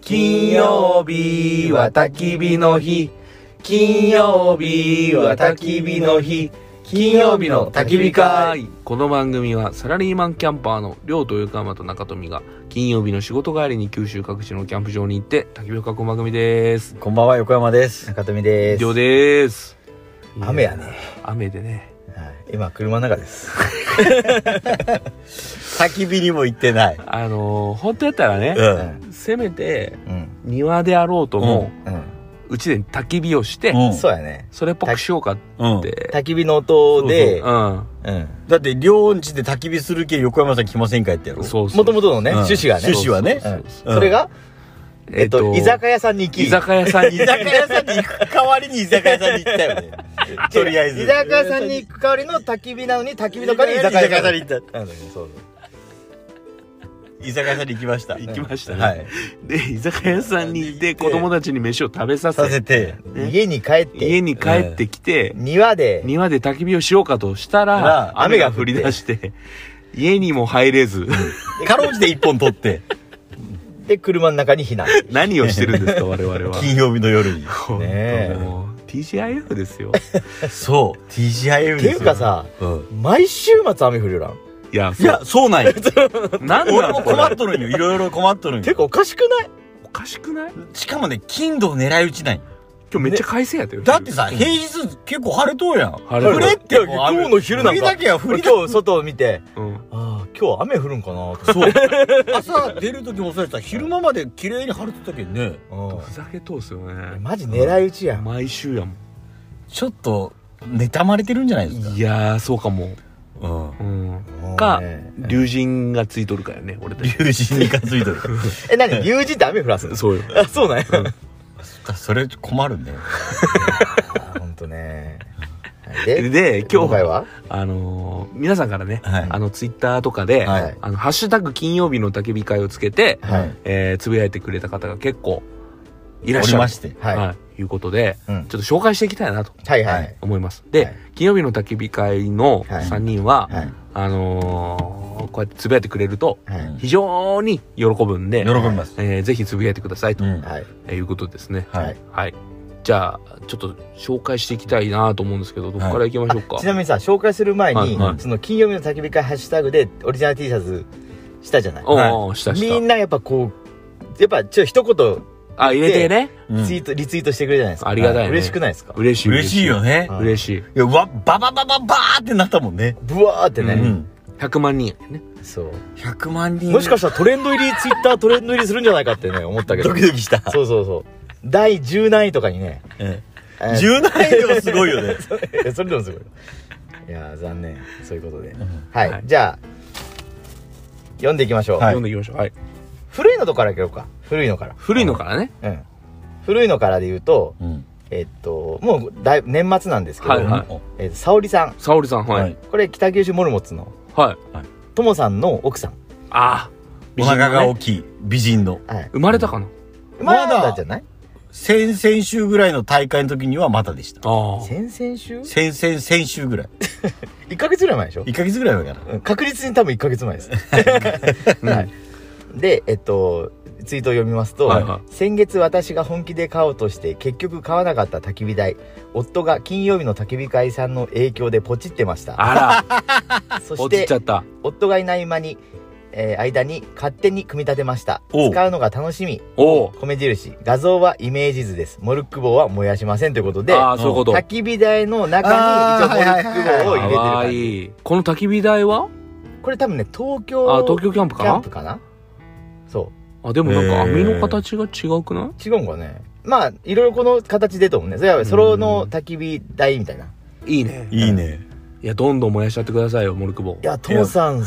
金曜日は焚き火の日金曜日は焚き火の日金曜日の焚き火会この番組はサラリーマンキャンパーの亮と横山と中富が金曜日の仕事帰りに九州各地のキャンプ場に行って焚き火を囲む番組ですこんばんは横山です中富です亮です雨やね雨でねはい今車の中です焚き火にも行ってないあのー、本当やったらね、うんせめてうん庭であろうともうんうち、で焚き火をして、うんそうやねそれっぽくしようかっうんて、焚き火の音でうんうんだって両音痴で焚き火する系横山さん来ませんかってやろそうそもうともとのねうん趣旨がね趣旨はねうそうそんうそううんそれがえっと居酒屋さんに行き居酒屋さんに居酒屋さんに行く 代わりに居酒屋さんに行ったよねとりあえず居酒屋さんに行く代わりの焚き火なのに焚き火の代わりに居酒屋さんに行行った居酒屋さんに行きました行きましたね、はいで居酒屋さんに行って子供たちに飯を食べさせさせてく家に帰って家に帰ってきて、庭で庭で焚き火をしようかとしたら、ら雨雨がが降降りり出出して、家にも入れず、かろうじて一本取ってで車の中に避難何をしてるんですか、我々は。金曜日の夜に本当ねえもう TGIF ですよ。そう TGIF っでてすよいうかさうん毎週末雨降るよないや、いやそうなんよそうなん 俺だもこ困っれ。とるんよいろいろ困っとるんていうかよおかしくないおかしくない今しかもね金土狙い撃ちない日めっちゃ快晴やったよ。だってさ、平日結構晴れとうやん。晴れとう降れってもう今日の昼なんか降りだけは降俺りだ今日外を見てうん。ああ今日雨降るんかなと思ってそう。朝出る時もそうやった昼間まで綺麗に晴れてたけんね。うふざけとうっすよんね。マジ狙い撃ちやん毎週やもん。ちょっと、妬まれてるんじゃないですか。いやー、そうかも。うん。うん。もうねか、竜神がついとるからね、俺たち。龍神にかついとる。え何友人って雨降らす のそうよ。あそうなんやそれ困るね。ほんとねで で今今日回、はあのー皆さんからね、はいあの、ツイッターとかで、はいあの、ハッシュタグ金曜日の焚き火会をつけて、はいえーつぶやいてくれた方が結構いいらっしゃまるして。はいはいいうことで、うんちょっと紹介していきたいなとはいははいい思います。で、はい金曜日の焚き火会のはい3人は、はいあのーこうやってつぶやいてくれると、はい非常に喜ぶんで、喜びます。えーぜひつぶやいてくださいと、うん。はいいうことですね。はい。はい。じゃあ、ちょっと紹介していきたいなと思うんですけど、どこから行きましょうか。ちなみにさ紹介する前に、はいはいその金曜日の焚き火会ハッシュタグでオリジナル T シャツしたじゃないおうはいおうしたした。みんなやっぱこうやっぱちょ一言あ、入れてね。うんツイート、リツイートしてくれるじゃないですかありがたいね嬉しくないですか嬉しい。嬉しいよね。はい嬉しい。いや、わ、ばばばばばーってなったもんね。ブワーってうね、ん。 100万人やね。そう100万人。もしかしたらトレンド入りツイッタートレンド入りするんじゃないかってね思った けどドキドキ した。そうそうそう第10何位とかにねうんえ ー10何位でもすごいよね。え それでもすごいいやー残念そういうことで、んはい、はいじゃあ読んでいきましょう、はい読んでいきましょう。はい。古いのとこからいこうか古いのから古いのからね。うん古いのからで言うと うん。えっともうだい年末なんですけど、はいはいえっと沙織さん沙織さん、はい。。これ北九州モルモッツのはい。ともさんの奥さん、ああ。お腹が大ききい美人の。はい、生まれたかなままだだじゃない先々週ぐらいの大会の時にはまだでした。ああ。先々週先々先週ぐらい。 1ヶ月ぐらい前でしょ1ヶ月ぐらい前かな。うん確実に多分1ヶ月前ですうんはい。でえっとツイートを読みますと、はいはい先月私が本気で買おうとして結局買わなかった焚き火台夫が金曜日の焚き火会さんの影響でポチってましたあら、そし落ちてちゃった。夫がいない間に、えー間に勝手に組み立てましたおう使うのが楽しみおお。米印画像はイメージ図ですモルック棒は燃やしませんということでああ、そういうこと。焚き火台の中に一応モルック棒を入れてるか感わじいい。この焚き火台はこれ多分ね東京あ、東京キャンプキかャなンプかなそあ、でもなんかへー網の形が違うくないう違うんかねまあいろいろこの形出ともねそれはソロの焚き火台みたいないいね。いいね。いや、どんどん燃やしちゃってくださいよ、モルクボ。や父さんい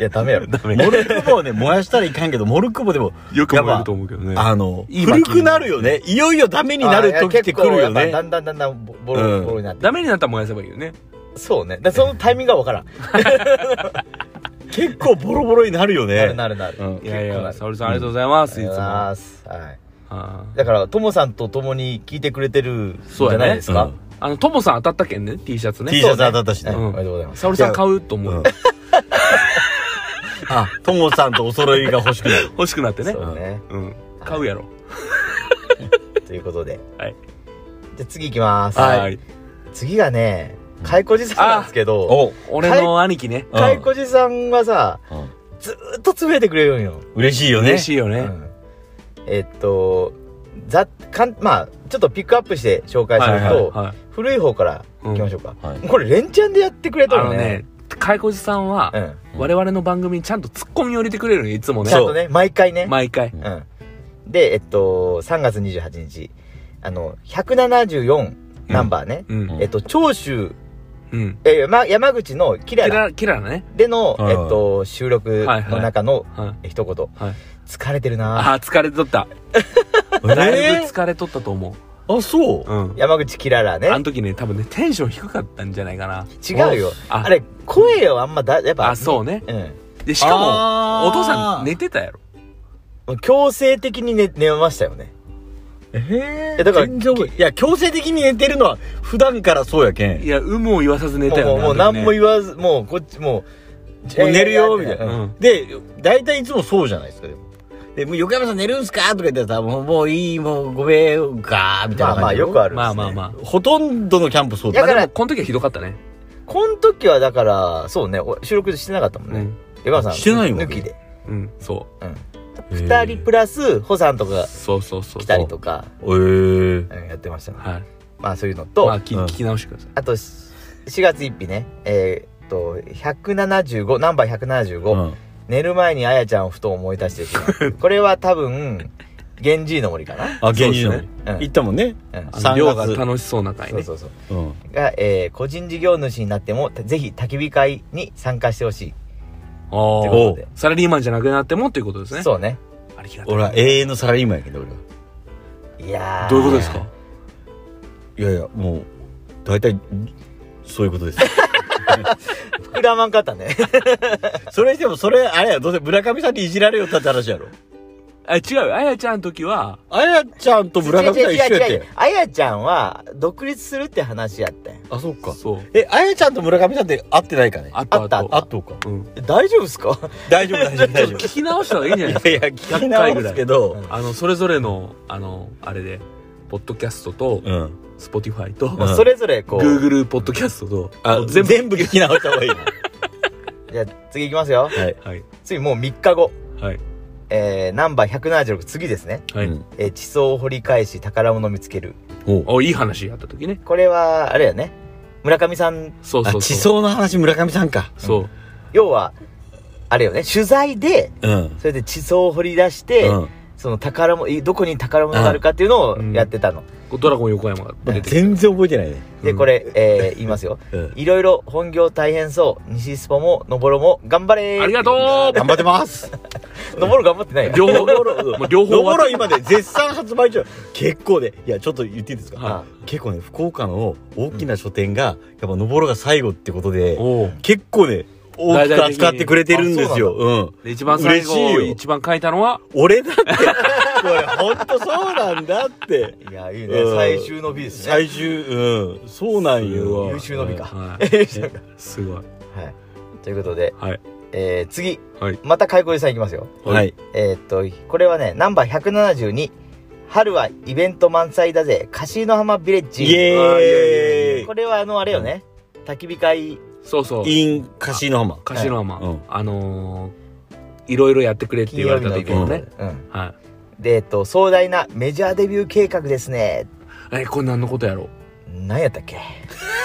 やダメやろモルクボをね、燃やしたらいかんけど、モルクボでも、よく燃えると思うけどねあの、いい薪古くなるよね。いよいよダメになる時ってくるよあいや結構やっぱだね。んだんだんだんボボロうんボロになってダメになったら燃やせばいいよね。そうねだからそのタイミングがわからん結構ボロボロになるよなるね。なるなるうんいやい結構なや、る沙織さんありがとうございます、あいりつも。がとうございあますはいあだからともさんと共に聞いてくれてるじそうやゃねないですかあの、ともさん当たったけんね、T シャツね。 T シャツ当たったしねはいうんおめでとうございます沙織さん買うと思うよ。ああ、ともさんとお揃いが欲しくなる。欲しくなってねそ。うね。うん。買うやろ。ということで。はい。じゃあ次行きます。はいい。次がね、解雇じさんなんですけど、お、俺の兄貴ね。うん解雇じさんはさ、うんずーっと詰めてくれるんよ。嬉しいよね。嬉しいようね。んえっと、ざかんまあ、ちょっとピックアップして紹介すると、は古い方からい。行きましょょうか。はい。これ連チャンでやってくれたあよのね。ね、かいこじさんはう、ん。我々の番組にちゃんとツッコミを入れてくれるのよいつもねちゃん。とね、毎回ね。毎回。うん。で、えっと、3月28日、あの、174ナンバーね。うん。うんえっと、長州、うん。えーま、山口のキラキララ、キラのね。での、うんえっと、収録の中のはい。一言。はい疲れてるなああ、疲れとった。だいぶえ疲れとったと思ーあ、そうう。うん。山口キララねあ。の時ね、多分ね、テンション低かったんじゃないかな。違うよ。ああれ、声をあんまだ、やっぱ。あ、そうね。うん。で、しかも、もお父さん寝てたやろ。強制的に寝、寝ましたよね。ええだから全然覚えいや強制的に寝てるのは普段からそうやけんいや、有無を言わさず寝たよもう、ね。もうあの時何ねも言わず、もう、こっちもう、もう寝るよみたいうんな、で大体いつもそうじゃないですかでもでもう横山さん寝るんすかとか言ったらさもうもういいもうごめんかみたいまあな感じまあ、よくあるんです、ね。まあまあまあ。ほとんどのキャンプそういやだまあでだからも、この時はひどかったね。この時はだから、そうね、お収録してなかったもんうね。ん。江川さん。してないよ抜きで。うん、そ二人プラス、ホさんとかう。がそうそうそう。来たりとか、えー、うんやってましたね。はい。まあそういうのと、まあ、あ、聞うん聞き直してください。と、し4月1日ね、えーっと、175、ナンバー175、うん寝る前にあやちゃんをふと思い出してる。これは多分、源氏の森かな。あ現地の、そうですねうん行ったもんねうんあ三の、月量が楽しそうな回そうね。そうそう。うんが、えー個人事業主になっても、たぜひ焚き火会に参加してほしい。あというあ。ことで。サラリーマンじゃなくなってもっていうことですね。う。そうね。ありがとう。俺は永遠のサラリーマンやけど俺はいやーどういうことですかいやいやもう大体そういうことです 膨らまんかったね。それにしてもそれあれやどうせ村上さんにいじられよったって話やろあ、違う。あやちゃんの時は、あやちゃんと村上さん一緒やっ違う違う違う違てうあやちゃんは独立するって話やったんやあそうかそう。え、あやちゃんと村上さんって会ってないかねあとああと。ったあとか。うん。え大丈夫っすか大丈夫、大丈夫、大丈聞き直した方がいいんじゃないです夫。かいや、聞き直すけど、あの、それぞれの、あの、あれで、ポッドキャストと、うん。スポティファイと、もううんそれぞれこう Google ポッドキャストと、もあう、全全部。部聞き直した方がいいな。じゃあ次いきますよはい。はい。次もう3日後はい。えー、ナンバー176次ですね、はい。うんえー地層を掘り返し宝物を見つけるおうお、いい話やった時ね。これはあれやね村上さんそうあそうそう。地層の話、村上さんか。そう。要はあれよね取材でうん。それで地層を掘り出して、うんその宝物いどこに宝物があるかっていうのをうんやってたの、ドラゴン横山が出てき全然覚えてないね。でこれ、えー、言いま すようんいろいろ本業大変そう西スポも登ろも頑張れた。ーありがと頑張ってます。う登る頑張ってないよう両方、ろもう両方の終わぼったろ今で絶賛発売中。結構で、いや、ちょっと言っていいですはかあ結構ね、福岡の大きな書店が、やっぱのぼろが最後ってことで、おう結構ね、大きく扱ってくれてるんですよ。うん。で一番最嬉しい後、よ一番書いたのは、俺だって これほんとそうなんだっていやいいねうん最終の美ですね最終うんそうなんすごよい優秀の美かは。はいすごい。ということで、はい。えー、次、はいまた解雇さんいきますよはいはいえーっとこれはねナンバー172春はイベント満載だぜ樫の浜ビレッジイエーこれはあのあれよね、焚き火会そうそう。イインカシノハマカシノマうんあのー、いろいろやってくれって金言わ曜れ日た時ののね。うんはでえっと壮大なメジャーデビュー計画ですねい。え、これ何のことやろう何やったっけ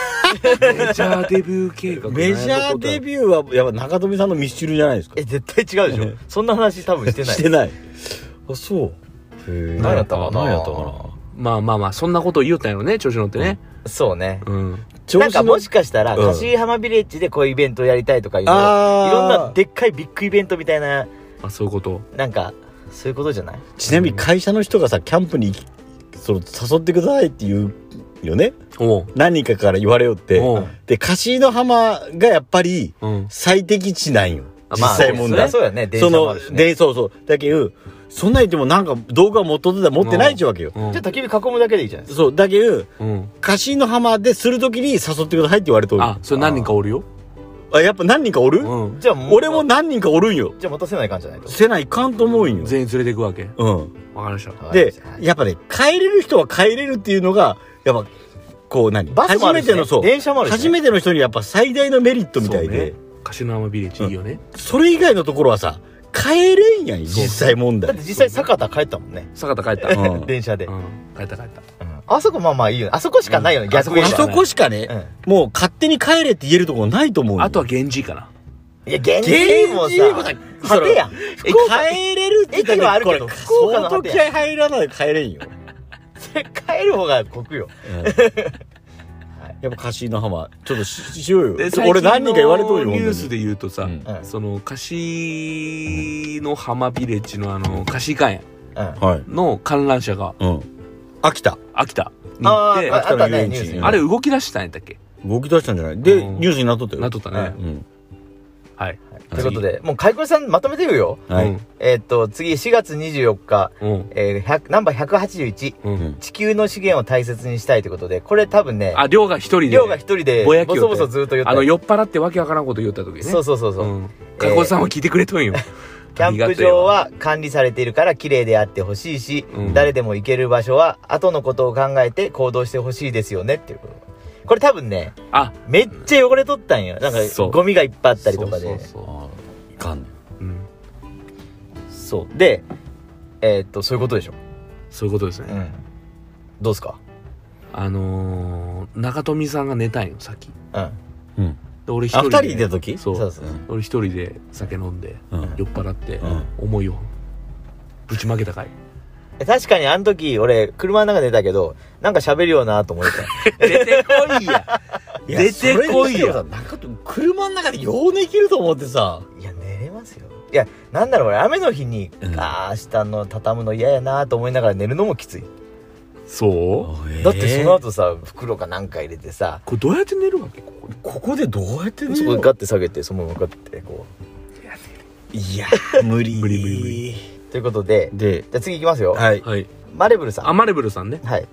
メジャーデビュー計画メジャーデビビューはやっぱ中富さんのミスチルじゃないですかえ絶対違うでしょ そんな話多分してないしてないあそうへえ何やったかな何やったかなューまあまあまあそんなこと言おったんやろね調子乗ってねそうねうんな調んか子ものしかしたら、うん樫浜ビレッジでこういうイベントをやりたいとかいうのをあーいろんなでっかいビッグイベントみたいな、まあそういうことなんか、そういうことじゃないちなみに会社の人がさキャンプに行きその誘ってくださいって言うよねおう何人かから言われよっておうでカシノハマがやっぱりうん最適値なんよあ実まあ際問まあ題、そうだね、電そ車もあのるし、ね。でそうそうだけどそんな言ってもなんか動画持っとってたら持ってないっちゅうわけよ、うんじゃあ焚き火囲むだけでいいじゃないですそうだけどうんカシノハマでするときに誘ってくださいって言われとるあそれ何人かおるよあ、やっぱ何人かおる、うんじゃあもう俺も何人かおるんよ。じゃあ持たせないかんじゃないとせないかんと思うんよ。全員連れていくわけうん。わかりましたはいでは、いやっぱね、帰れる人は帰れるっていうのが、やっぱ、こう何バスも初あるめしてねの、そう。電車もあるしね初めての人にやっぱ最大のメリットみたいで、そうね、カシノアマビレッジいいよね、それ以外のところはさ、帰れんやん、実際問だっ題て。実際坂田帰ったもんね坂田帰った、うん電車でうん帰った帰ったうんあそこまあまあいいよねあそこしかないよねうん逆うにんあそこしかうね、んもう勝手に帰れって言えるところないと思うよあとは源氏かないや現現金実ももささ派手やんえ福岡帰れるって言った駅はあらるこけれど相福岡の当果て気合入らないと帰れんよ、帰る方が酷よやっぱカシノ浜ちょっとししようよで最近俺何人か言われとるよのニュー本スで言うとさ、うんうんそのカシの浜ビレッジのあのカシ館園うん当にはいの観覧車がうん秋田秋田に行あってーあああったね秋田の遊園ニ地ュースにあれ動き出したんやったっけ動き出したんじゃないで、うんニュースになっとったよなっとったねはいうんはい、ということでもう開口さんまとめて言うよはいえーっと次4月24日うんうんえー100ナンバー181うん、うん地球の資源を大切にしたいということでこれ多分ねあ亮が一人で亮が一人でぼやきをボソボソずっと言ってあの酔っ払ってわけわからんこと言った時ねそうそうそうそう、ん加護さんは聞いてくれとんよ、 キャンプ場は管理されているから綺麗であってほしいし、うん誰でも行ける場所は後のことを考えて行動してほしいですよねっていうことこれ多分ねあめっちゃ汚れとったんよなんかそうゴミがいっぱいあったりとかでそそううそうそあいかんねう、うん、でえーっとそういうことでしょ、そういうことですね、うん、どうすかあのー、中富さんが寝たいのさっきうんうんで俺一あ人二で人でた時そうそうそう俺一人で酒飲んで、うん酔っ払って、うん思いをぶちまけた かいえ確かにあの時俺車の中で寝たけどなんか喋るよなと思って た出てこいやいや出てこいそれにしてもやさなんか車の中でよう寝きると思ってさいや寝れますよいやなんだろう俺雨の日に、うんああ明日の畳むの嫌やなと思いながら寝るのもきついそうだってその後さ袋かなんか入れてさこれどうやって寝るわけここでここでどうやって寝そるこのガッて下げてそのままガッてこいや無理無理無理無理うということででじゃあ次いきますよ、はいはいマレブルさアんマレブルさんねはい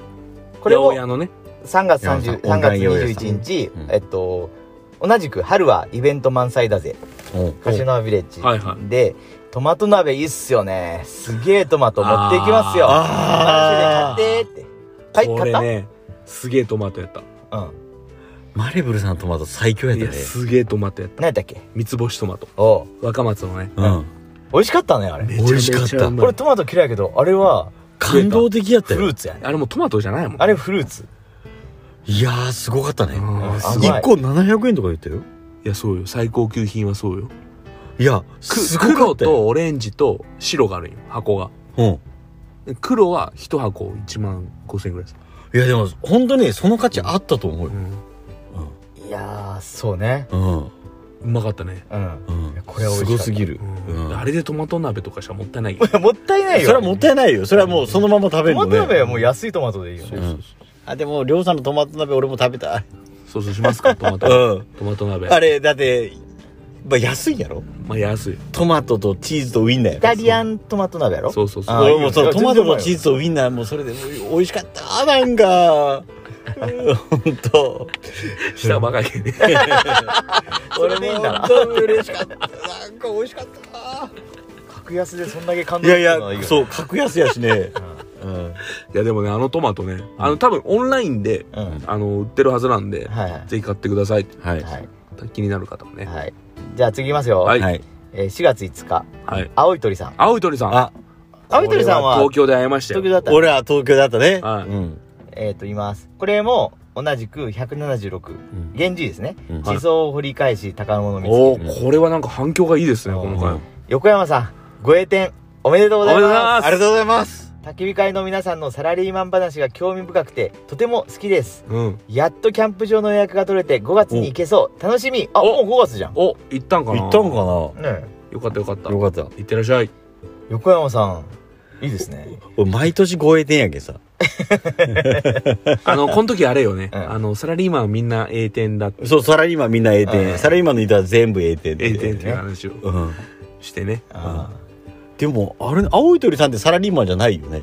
これ八を百屋のね3月30 3月いやそう21日、うんえっと同じく春はイベント満載だぜおカシノアビレッジで、はいはトマト鍋いいっすよねすげえトマト持っていきますよあー買って買ってこはいれ買っねすげえトマトやったた、うんマレブルさんのトマト最強やっいたやねすげえトマトやった何やったっけ三つ星トマトおう若松のねうん美味しかったねあれめちゃめちゃ美味しかったうまい俺トマト嫌いやけどあれは感動的やったフよルーツやねあれもうトマトじゃないもんあれフルーツいやーすごかったねうんあすごいまい1個700円とか言ったよいやそうよ最高級品はそうよいやくすごか黒ったよとオレンジと白があるんよ箱がうんで黒は一箱1万5千円ぐらいです、いやでも本当にその価値あったと思ううよんいやーそうねうんうまかったね、うんうんうんこれは美味しかすったごすぎるうんうんあれでトマト鍋とかしたらもったいないけいどやもったいないよそれはもったいないよそれはもうそのまま食べトるのマねト鍋はもう安いトマトでいいよそうねそうあでもりょうさんのトマト鍋俺も食べたいそうそうそうします かトマト、うんトマト鍋あれだってまあ安いやろまあ安いトマトとチーズとウインナーやイろタリアントマト鍋やろそうそうそあうー俺もそいいうよトマトのチーズとウインナーもそれでもう美味しかったなん か本当下ばかりで 俺でいいんだ本当嬉しかったなんか美味しかった格安でそんだけ感い動やいやうそう格安やしねうんいやでもねあのトマトねあの多分オンラインで、うんはいあの売ってるはずなんで、はぜひ買ってくださいはいは気になる方もねいはい、はいじゃあ次いきますよはいはいえー4月5日青い鳥さん青い鳥さんあ青い鳥さんはこれ東京で会いましたよ東京だった俺は東京だったねはいうんえっといますこれも同じく176うん源氏ですねうん地層を掘り返し宝物を見つおけおるーこれはなんか反響がいいですねうんこの回横山さんご栄転おめでとうございおめでとうございまますありがとうございます焚き火会の皆さんのサラリーマン話が興味深くてとても好きですうんやっとキャンプ場の予約が取れて5月に行けそう楽しみあもおう5月じゃんねお行ったんかな行ったんかなえよかったよかったよ行かったってらっしゃい横山さんいいですね俺毎年護衛店やけさ あの、この時あれよね。うんあの、サラリーマンはみんな A 点だ、そうサラリーマンみんな A うん店サラリーマンの人は全部 A 店 A 点っでていう話をうんしてね。あでもあれ青い鳥さんってサラリーマンじゃないよね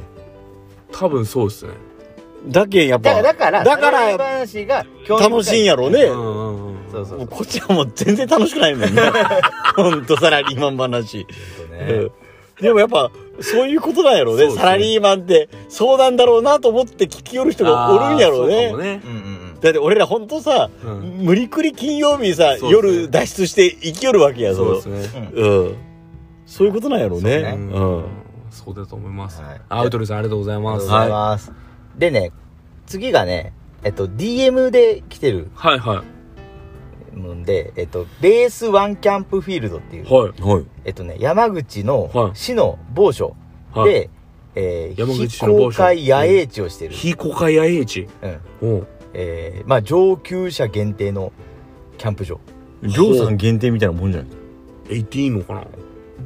多分そうですね。だけんやっだかぱらだからだかサラリーマンら話が興味深い楽しいんやろうねうんうんうん。そうそうそもううこっちはもう全然楽しくないもんね。ほんとサラリーマン話。ねうんでもやっぱ、そういうことなんやろうね。そうですねサラリーマンって、そうなんだろうなと思って聞き寄る人がおるんやろうあーそね。うかもねうんうんだって俺らほんとさ、うん無理くり金曜日にさ、そうですね夜脱出して生きよるわけやぞ。そうですねうんうんうん。そういうことなんやろうね。そうねうん。そうだと思いますはいあウトリさんありがとうございありがまとうすござはいいますでね次がねえっと DM で来てるはいはいのでえっとベースワンキャンプフィールドっていうはいはい。えっとね山口はのい市の某所はいでえー山口非市の某所公開野営地をしてる非公開野営地うんうんえーまあ上級者限定のキャンプ場りょうさん限定みたいなもんじゃないえ行っていいのかな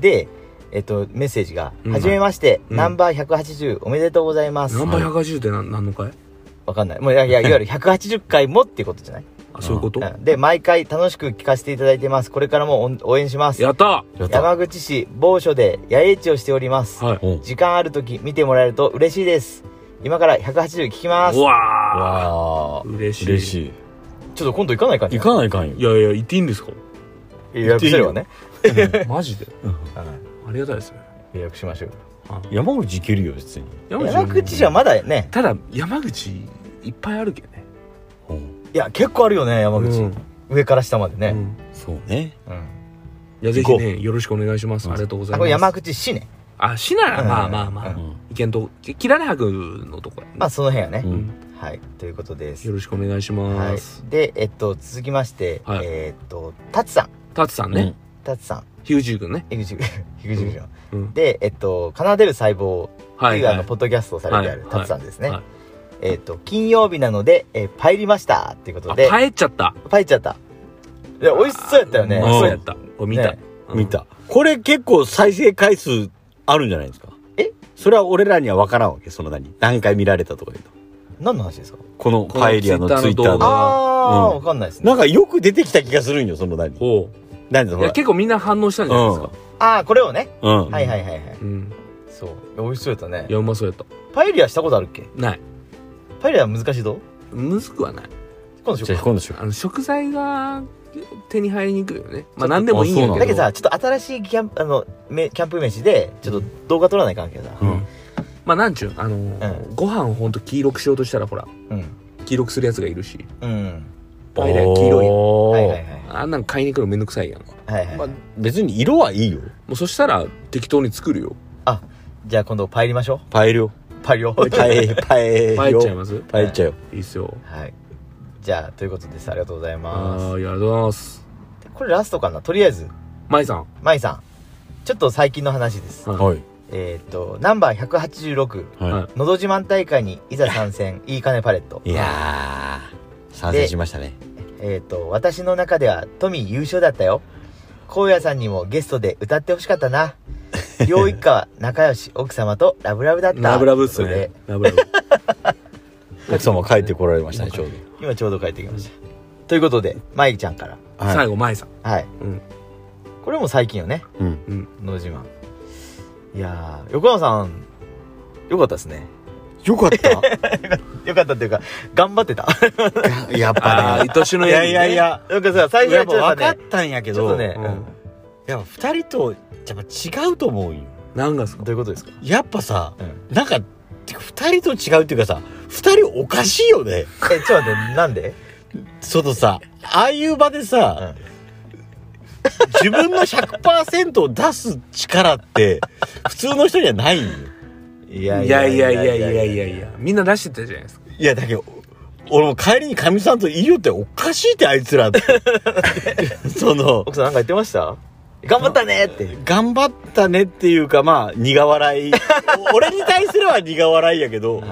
で、えっと、メッセージが、うんはじめまして、うんナンバー180おめでとうございます。ナンバーはい180って何何の回わかんない。もういや、いや、いわ ゆる180回もっていうことじゃないあそういうことうんで、毎回楽しく聞かせていただいてます。これからもお応援します。やったやった。山口市某所で野営地をしております。はいうん時間あるとき見てもらえると嬉しいです。今から180聞きまうす。ちょわーわー。嬉しい嬉しっと今度行かないかい。ね行かないかんよい。やいや行っていいん ですか予約すればね。マジでうんありがたいですね予約しましょう。山口行けるよ、別に。山口市はまだね、ただ山口いっぱいあるけどねうんいや、結構あるよね、山う口ん。上から下までうね。んそうね。うんいやぜひねよろしくお願いしますうんありがとうござあ、いこまれす山口市ね。あ市ならうんまあまあまうあんう意見ときられはぐのとこやねまあ、その辺やね。うんんはい、ということですよ。ろしくお願いしはまいす、で、えっと、続きまして、はいえっと、タツさん、タツさんね。タツさん、ヒュージー君ねヒ グジグ、ヒグジグジョン。うんで、えっと、奏でる細胞っていう、はいはいあの、ポッドキャストをされてあるはいタツさんですね。はいえっと、金曜日なので、えーパイりましたということあで、帰っちゃったパイっちゃった。いや、美味しそうやったよね。うあんーそうそうやったこれ見たねうん見た。これ結構再生回数あるんじゃないですかえそれは俺らには分からんわけ。その何何回見られたとか言うと。何の話ですかこのパエリアのこのツイッター動画の。あー、うんわかんないですねな。んかよく出てきた気がするんよ、その何。ほ何うだそいやれ。結構みんな反応したんじゃないですかあー、これをね。うん。うんはいはいはいはい。うんそう。いや美味しそうやったねい。やうまそうやったパエリアしたことあるっけないパエリアは難しいぞむずくはない今度しようじゃあか今度しよあの食材が手に入りにくいよねまあ何でもいいんやけどあそうだなけどさちょっと新しいキャンプあのめキャンプ飯でちょっと動画撮らないかんけどさう。うん。まあなんちゅうあのーご飯をほんと黄色くしようとしたらほらうん黄色くするやつがいるしうんパエリア黄色いやんおーはいはいはいあんなん買いに来るのめんどくさいやんもはいはい、まあ、別に色はいいよ。うそしたら適当に作るよじゃあ今度パエりましょうパエリオ。パエリをはパエ、パエリオ。パエっちゃいますパエっちゃうよ。いいっすよいじゃあということですありがとうございあまあやりがとうございますすこれラストかなとりあえずまいさんまいさんちょっと最近の話ですはいはい。えーっとナンバー186ははのど自慢大会にいざ参戦いいかねパレットい。いやー、賛成しましたね。えーっと私の中ではトミー優勝だったよ荒野さんにもゲストで歌ってほしかっ たな両一家は仲良し奥様とラブラブだったラブラブっすというねこラブラブ奥様帰ってこられましたね、ちょうとで今ちょうど帰ってきました、ということでまゆきちゃんからど。は最い。後まいさんはいうんこれも最近よねうん。 「のど自慢」いやー横山さんよかったですねよかった。よかったっていうか頑張って たやっあぱあね。愛しのいやつやねいやいや。なんかさ最初やはっちぱょっとさ分かっねたんやけちょっとど、ね、うんやっぱ二人とやっぱ違うと思うよ。何がっすかどういうことですか、やっぱさ、うんなんか、てか二人と違うっていうかさ、二人おかしいよね。えちょっと待ってなんで、そのさ、ああいう場でうさ、ん自分の100%を出す力って、普通の人にはないんよ。いいやいやいやいやいやいやみんな出してたじゃないですかいや、だけど、俺も帰りにかみさんといいよっておかしいってあいつら って。その、奥さんなんか言ってました頑張ったねって頑張ったねっていうか、まあ、苦 笑い。お俺に対するは苦笑いやけど、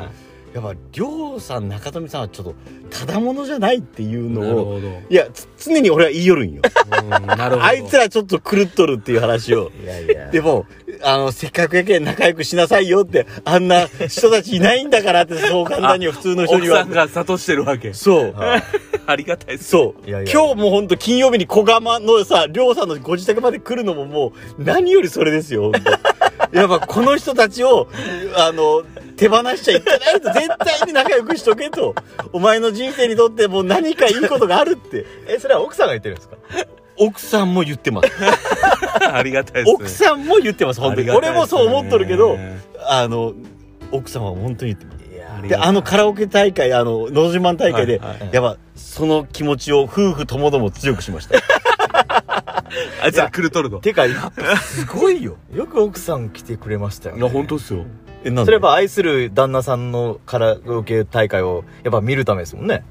やっぱ、りょうさん、中富さんはちょっと、ただものじゃないっていうなるのを、ほどいや、つ常に俺は言いよるんよ。うんなる ほどあいつらちょっと狂っとるっていう話を。いやいやでも、あの、せっかくやけん仲良くしなさいよって、あんな人たちいないんだからって、そう簡単には普通の人奥にさはん。が諭してるわけそう。 ありがたいっすそう。いやいや今日もほんと金曜日に小釜のさ、りょうさんのご自宅まで来るのももう、何よりそれですよ。ほんとやっぱこの人たちを、あの、手放しちゃいけないと絶対に仲良くしとけとお前の人生にとってもう何かいいことがあるってえそれは奥さんが言ってるんですか奥さんも言ってます ありがたいですね。 奥さんも言ってます本当にありがた俺いですねもそう思っとるけどあの奥さんは本当に言ってますいやーであのカラオケ大会あの「のど自慢」大会で、はいはいやばその気持ちを夫婦ともども強くしましたあいつら来るとるの。てかよすごいよよく奥さん来てくれましたよ、いね、や、本当っすよ。えなんそれでやっぱ愛する旦那さんのカラオケ大会をやっぱ見るためですもんね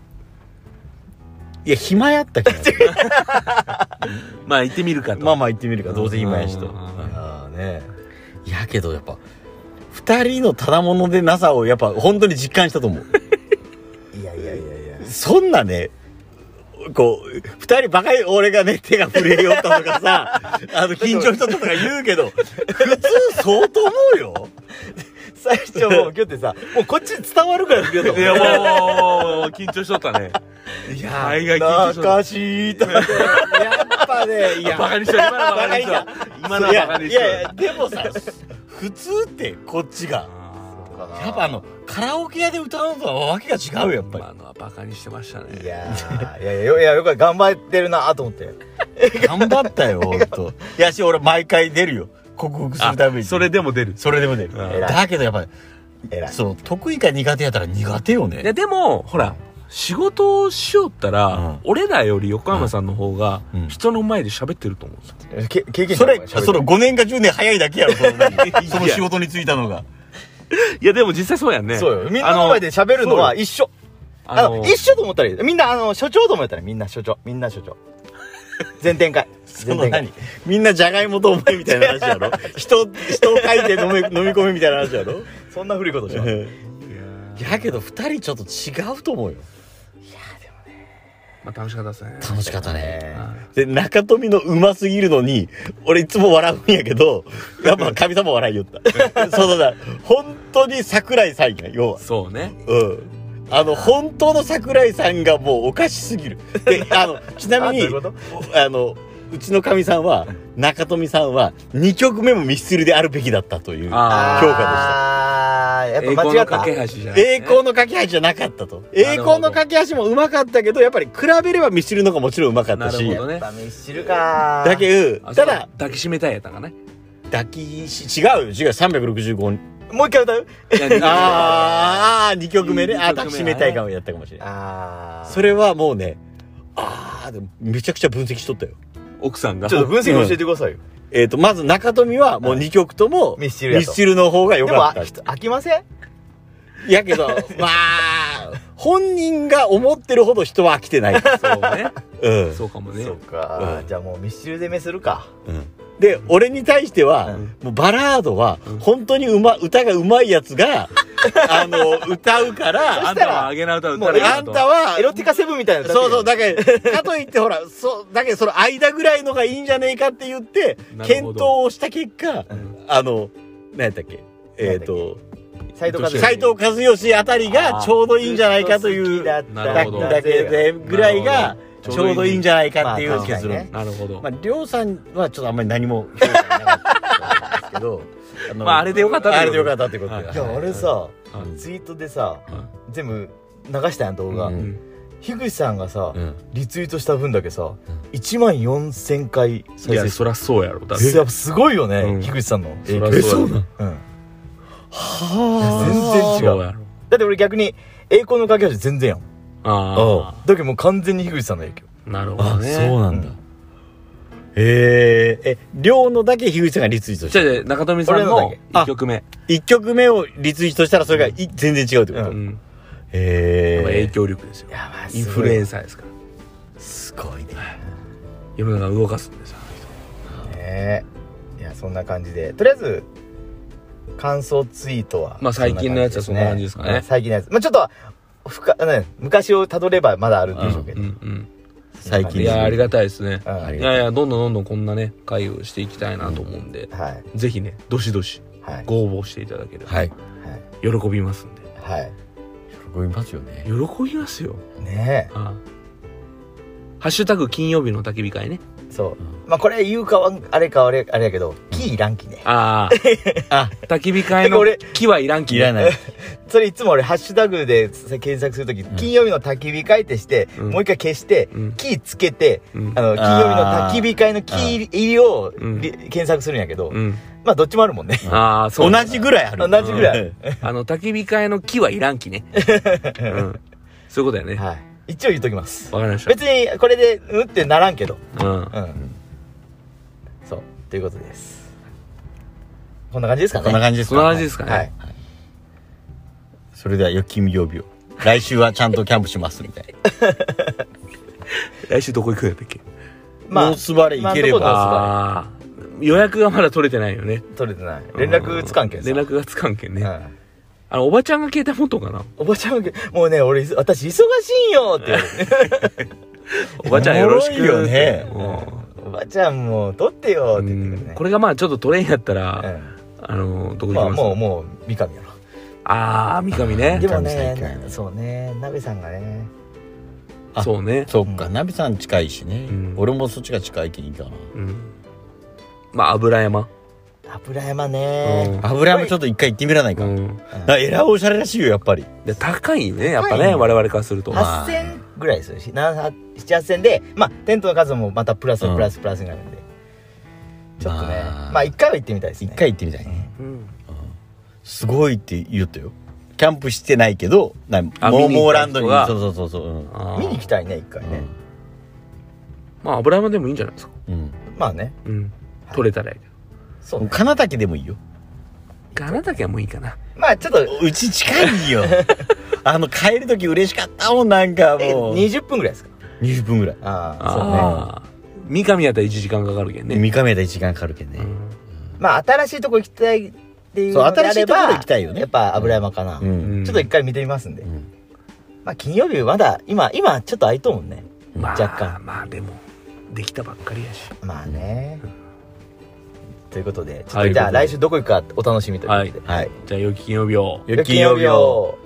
いや暇やったけ どまあ、行ってみるかと。まあまあ行ってみるかどうせ暇やしうとんああねいやけどやっぱ二人のただものでなさをやっぱ本当に実感したと思 ういやいやいやいやそんなねこう二人バカに俺がね手が震えよったと かさあの緊張しとったとか言うけど普通そうと思う よ最初もうギュってさもうこっちに伝わるからいけどいや、もう、 緊張しとったね。いや、大概緊張しとった。しいとやっぱねいやバカにした、今のはババカカににししたた。今のはバカにしいやいやた。でもさ普通ってこっちがあやっぱあのカラオケ屋で歌うのとはわけが違うよやっーぱ今のはバカにしてましたいね。やーいやいやよいやよく頑張ってるなと思ってり頑張った よほんといやし俺毎回出るよ克服すあるためにそれでも出る。それでも出るうんだけどやっぱり偉いその得意か苦手やったら苦手よいや、ねでも、ほら、仕事をしよったら、うん俺らより横山さんの方が、うん人の前で喋ってると思うんですよ。 け経験そ者れの方が喋ってるその5年か10年早 いだけやろそのその仕事に就いたのがいや、でも実際そうやんね。そうよみんなの前で喋るのは一緒あの、あのあの一緒と思ったらいいみんなあの所長と思ったらみんな所長みんな所長前転会 そ前の転会何みんなじゃがいもとお前みたいな話や ろ人人を書いて飲み飲み込むみたいな話やろそんな古いことし ますやけど2人ちょっと違うと思うよまあ、楽しかったですね。楽しかったねあで中富のうますぎるのに俺いつも笑うんやけどやっぱ神様笑いよっ たそのだ本当に桜井さんや要はそうね。うんあの本当の桜井さんがもうおかしすぎるであのちなみにあどういうこあのうちのかみさんは中富さんは2曲目もミスチルであるべきだったというあ評価でしたああやっ栄光ぱ間違のった架け橋じゃない、栄光の架け橋じゃなかったと栄光の架け橋もうまかったけどやっぱり比べればミスチルの方がもちろんうまかっなたしるほどね。ダメ知るかだけあどただ、抱きしめたいやったんかね。抱きし違うよ違う365もう一回歌 うあーあー2曲目二曲目ねあ抱きしめたいかもやったかもしれないああそれはもうねああでもめちゃくちゃ分析しとったよ奥さんが。ちょっと分析教えてくださいよ、えっ、とまず中富はもう2曲ともミスチルやとの方が良でもかっあた人飽きませんやけどまあ本人が思ってるほど人は飽きてない、そうね。うんそうかもねそ。うか、うんじゃあもうミスチル攻めするかで俺に対しては、うんもうバラードはうん本当にうま歌がうまいやつがあの歌うからああんんたたははあげな歌歌もううたらいいあなんとたはエロティカセブンみたいなそうそうだだけどかといってほらそうだけどその間ぐらいのがいいんじゃねえかって言ってなる検ほど討をした結果、んあの何やったっけえっ、と斎藤和け義斎藤和義あたりがちょうどいいんじゃないかというだだっなるたほんどだだけでぐらいながるほどちょうどいいんじゃないかっていう結論まなあ確かにねるほど。ままあ、りょうさんはちょっとあんまり何も評価がなかったんですけど、あ のまああれでよかったってことあれでよかったってことはいではいやあれさ、あツイートでさあ全部流したやん動画、ううんん樋口さんがさ、うんリツイートした分だけさ、1万4000回い再や、生そらそうやろ。だってやっぱすごいよね、うん樋口さんのそ影響らそうやろ。うんは全然違そううやろ。だって俺逆に栄光の架け橋全然やんあだけどもう完全に樋口さんの影響あ。なるほあどあ、ね。そうなんだうんえー、えりょうのだけ樋口さんがリツイートしじたゃあ、中富さん俺ののだけ一曲目。 1曲目をリツイートしたらそれがい全然違うってこと、ううあん。やっぱ影え響力ですよ。やばいインフルエンササーですから。ー、すごいね世の中動かすんですよ。ーねえいやそんな感じでとりあえず感想ツイートはまあ最近のやつはそんな感じですかねうん最近のやつまあちょっとふか、ね、昔をたどればまだあるんでしょうけうど、ん最うん。近いや、ありがたいですね。うんありいがたやいいや、どんどんどんどんこんなね、会をしていきたいなと思うんで、はいぜひね、どしどしはいご応募していただければ、はい喜びますんで。はいはい喜びますよね喜びますよ。ねああハッシュタグ金曜日の焚き火会ね。えそうまあこれ言うかはあれかあれあれやけど木いらんきねああ あ焚き火会 の俺木はいらんきいらないそれいつも俺ハッシュタグで検索するとき、金曜日の焚き火会ってして、うんもう一回消して、うんキーつけて、うんあの金曜日の焚き火会のキー入りを、うんり検索するんやけど、うんまあどっちもあるもんね、ああそう同じぐらいある同じぐらいうんあの焚き火会の木はいらんき ね、うん、そういうことやねわはい一応言っときますかりました別にこれでうんってならんけどうんうん、そうということですこんな感じですかねこんな感じですそかんな感じですかね、はいそれではよきみ曜日を来週はちゃんとキャンプしますみたいな来週どこ行くんやったっけまあノースバレー行けれ今ばのとこノースバレーああ予約がまだ取れてないよね取れてない連絡つかんけんさ連絡がつかんけんね、うんあのおばちゃんが携帯持っとうかなおばちゃんがもうね俺いそ私忙しいんよって言われておばちゃんよろしくおもろいよねうおばちゃんもう撮ってよって言ってくるんねこれがまあちょっと取れんやったら、うあのどこ行ん、まきあます、もうもう三上やろああ三上ねでも三上さん行ねかないそうね鍋さんがねあそうねそっかナビさん近いしね、うん俺もそっちが近いけんいいかなうんまあ油山油山うんね油山ちょっと一回行ってみらないか、うんあえらいおしゃれらしいよやっぱりで高いねやっぱ高いねね我々からするとまあ8000ぐらいするし78000でまあテントの数もまたプラスプラスプラスになるんで、ちょっとねまあまあ一回は行ってみたいです一ね回行ってみたいねうんすごいって言ったよキャンプしてないけどなモあー見にモ行ーったラン人ドにがそうそうそうそううんあー見に行きたいね一回ね、まあ油山でもいいんじゃないですかうんまあねうん取れたらいいそううねん金滝でもいいよガナだけはもういいかなまあちょっとうち近いよあの帰る時嬉しかったもんなんかえもう20分ぐらいですか20分ぐらいああそうねああ三上やったら1時間かかるけんね三日目で1時間かかるけんね、まあ新しいとこ行きたいっていうそうのであ新しいれところば行きたいよねやっぱ油山かな、うんうんちょっと一回見てみますんで、んまあ金曜日まだ今今ちょっと空いとうもんねまあ若干まあでもできたばっかりやしまあね、ということでちょっはといじゃあ来週どこ行くかお楽しみということで、はいじゃあ良き金曜日をよき金曜日を